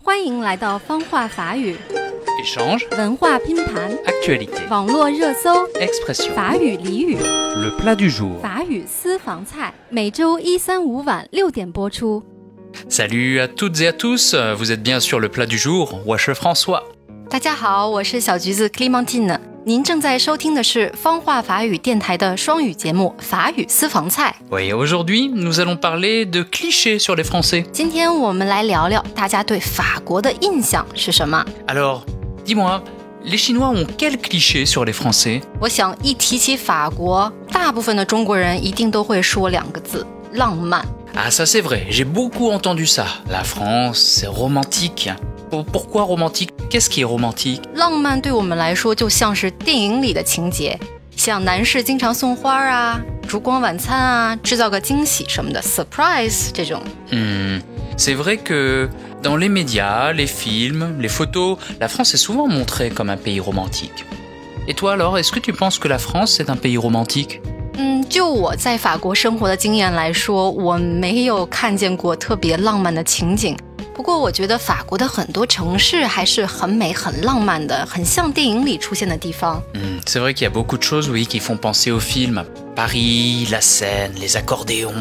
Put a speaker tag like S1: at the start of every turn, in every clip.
S1: 欢迎来到方话法语
S2: Échange,
S1: 文化拼盘，
S2: actualité,
S1: 网络热搜，
S2: expression.
S1: 法语俚语，
S2: Le plat du jour.
S1: 法语私房菜，每周一、三、五晚六点播出。
S2: Salut à toutes et à tous, vous êtes bien sur le plat du jour, Wash François.
S1: 大家好，我是小橘子 Clementine，您正在收听的是方话法语电台的双语节目《法语私房菜》。
S2: Oui, aujourd'hui, nous allons parler de clichés sur les Français.
S1: 今天我们来聊聊大家对法国的印象是什么。
S2: Alors, dis-moi, les Chinois ont quel cliché sur les Français
S1: 我想一提起法国，大部分的中国人一定都会说两个字：浪漫。
S2: Ah, ça c'est vrai, j'ai beaucoup entendu ça. La France, c'est romantique. Pour- Pourquoi romantique Qu'est-ce qui est romantique
S1: 浪漫对我们来说就像是电影里的情节，像男士经常送花啊、烛光晚餐啊、制造个惊喜什么的 surprise 这种。
S2: Hmm, C'est vrai que dans les médias, les films, les photos, la France est souvent montrée comme un pays romantique. Et toi alors, est-ce que tu penses que la France est un pays romantique
S1: 嗯，就我在法国生活的经验来说，我没有看见过特别浪漫的情景。不过，我觉得法国的很多城市还是很美、很浪漫的，很像电影里出现的地方。
S2: Hmm, C'est vrai qu'il y a beaucoup de choses, oui, qui font penser aux films. Paris, la Seine, les accordéons.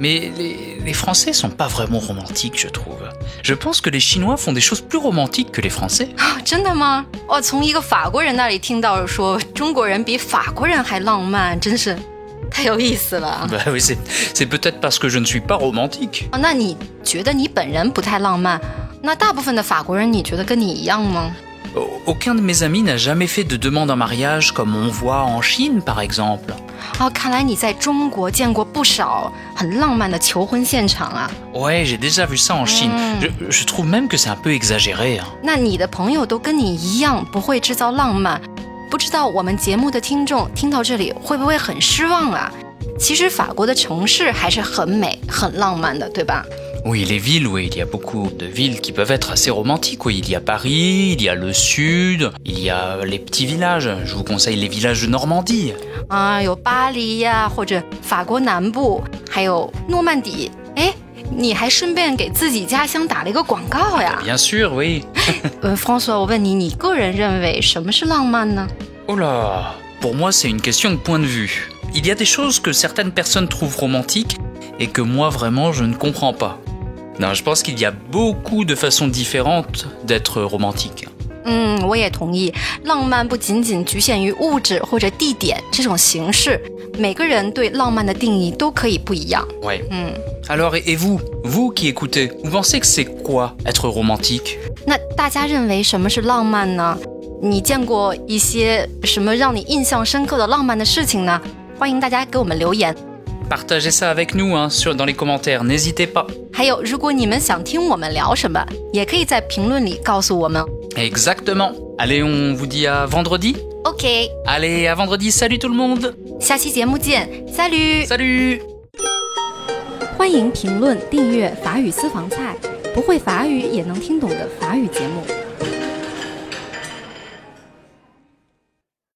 S2: Mais les, les Français sont pas vraiment romantiques, je trouve. Je pense que les Chinois font des choses plus romantiques que les Français.
S1: 啊，真的吗？哦，从一个法国人那里听到说中国人比法国人还浪漫，真是太有意思了啊！
S2: Bah oui, c'est c'est peut-être parce que je ne suis pas romantique.
S1: 哦，那你觉得你本人不太浪漫？那大部分的法国人，你觉得跟你一样吗？
S2: Aucun de mes amis n'a jamais fait de demande en mariage comme on voit en Chine par exemple.
S1: 啊，看来你在中国见过不少很浪漫的求婚现场啊。
S2: Ouais, j'ai déjà vu ça en Chine. Je, je trouve même que c'est un peu exagéré. hein.
S1: 那你的朋友都跟你一样不会制造浪漫，不知道我们节目的听众听到这里会不会很失望啊？其实法国的城市还是很美、很浪漫的，对吧？
S2: Oui, les villes, oui, il y a beaucoup de villes qui peuvent être assez romantiques. Oui, il y a Paris, il y a le sud, il y a les petits villages. Je vous conseille les villages de Normandie.
S1: 啊，有巴黎呀、或者法国南部，还有诺曼底。哎，你还顺便给自己家乡打了一个广告呀？
S2: Bien sûr, oui.
S1: 呃，François，我问你，你个人认为什么是浪漫呢？
S2: Oh là Pour moi, c'est une question de point de vue. Il y a des choses que certaines personnes trouvent romantiques et que moi, vraiment, je ne comprends pas. Non, je pense qu'il y a beaucoup de façons différentes d'être romantique.
S1: 嗯，我也同意，浪漫不仅仅局限于物质或者地点这种形式，每个人对浪漫的定义都可以不一样。
S2: Ouais.
S1: 嗯，
S2: Alors, et et vous Vous qui écoutez, vous pensez que c'est quoi être romantique
S1: 那大家认为什么是浪漫呢？你见过一些什么让你印象深刻的浪漫的事情呢？欢迎大家给我们留言。
S2: Partagez ça avec nous hein, sur, dans les commentaires, n'hésitez pas.
S1: 还有，如果你们想听我们聊什么，也可以在评论里告诉我们。
S2: Exactement. Allez, on vous dit à vendredi
S1: OK，
S2: Allez, à vendredi, salut tout le monde
S1: 下期节目见，s a l u
S2: Salut
S1: 欢迎评论、订阅《法语私房菜》，不会法语也能听懂的法语节目。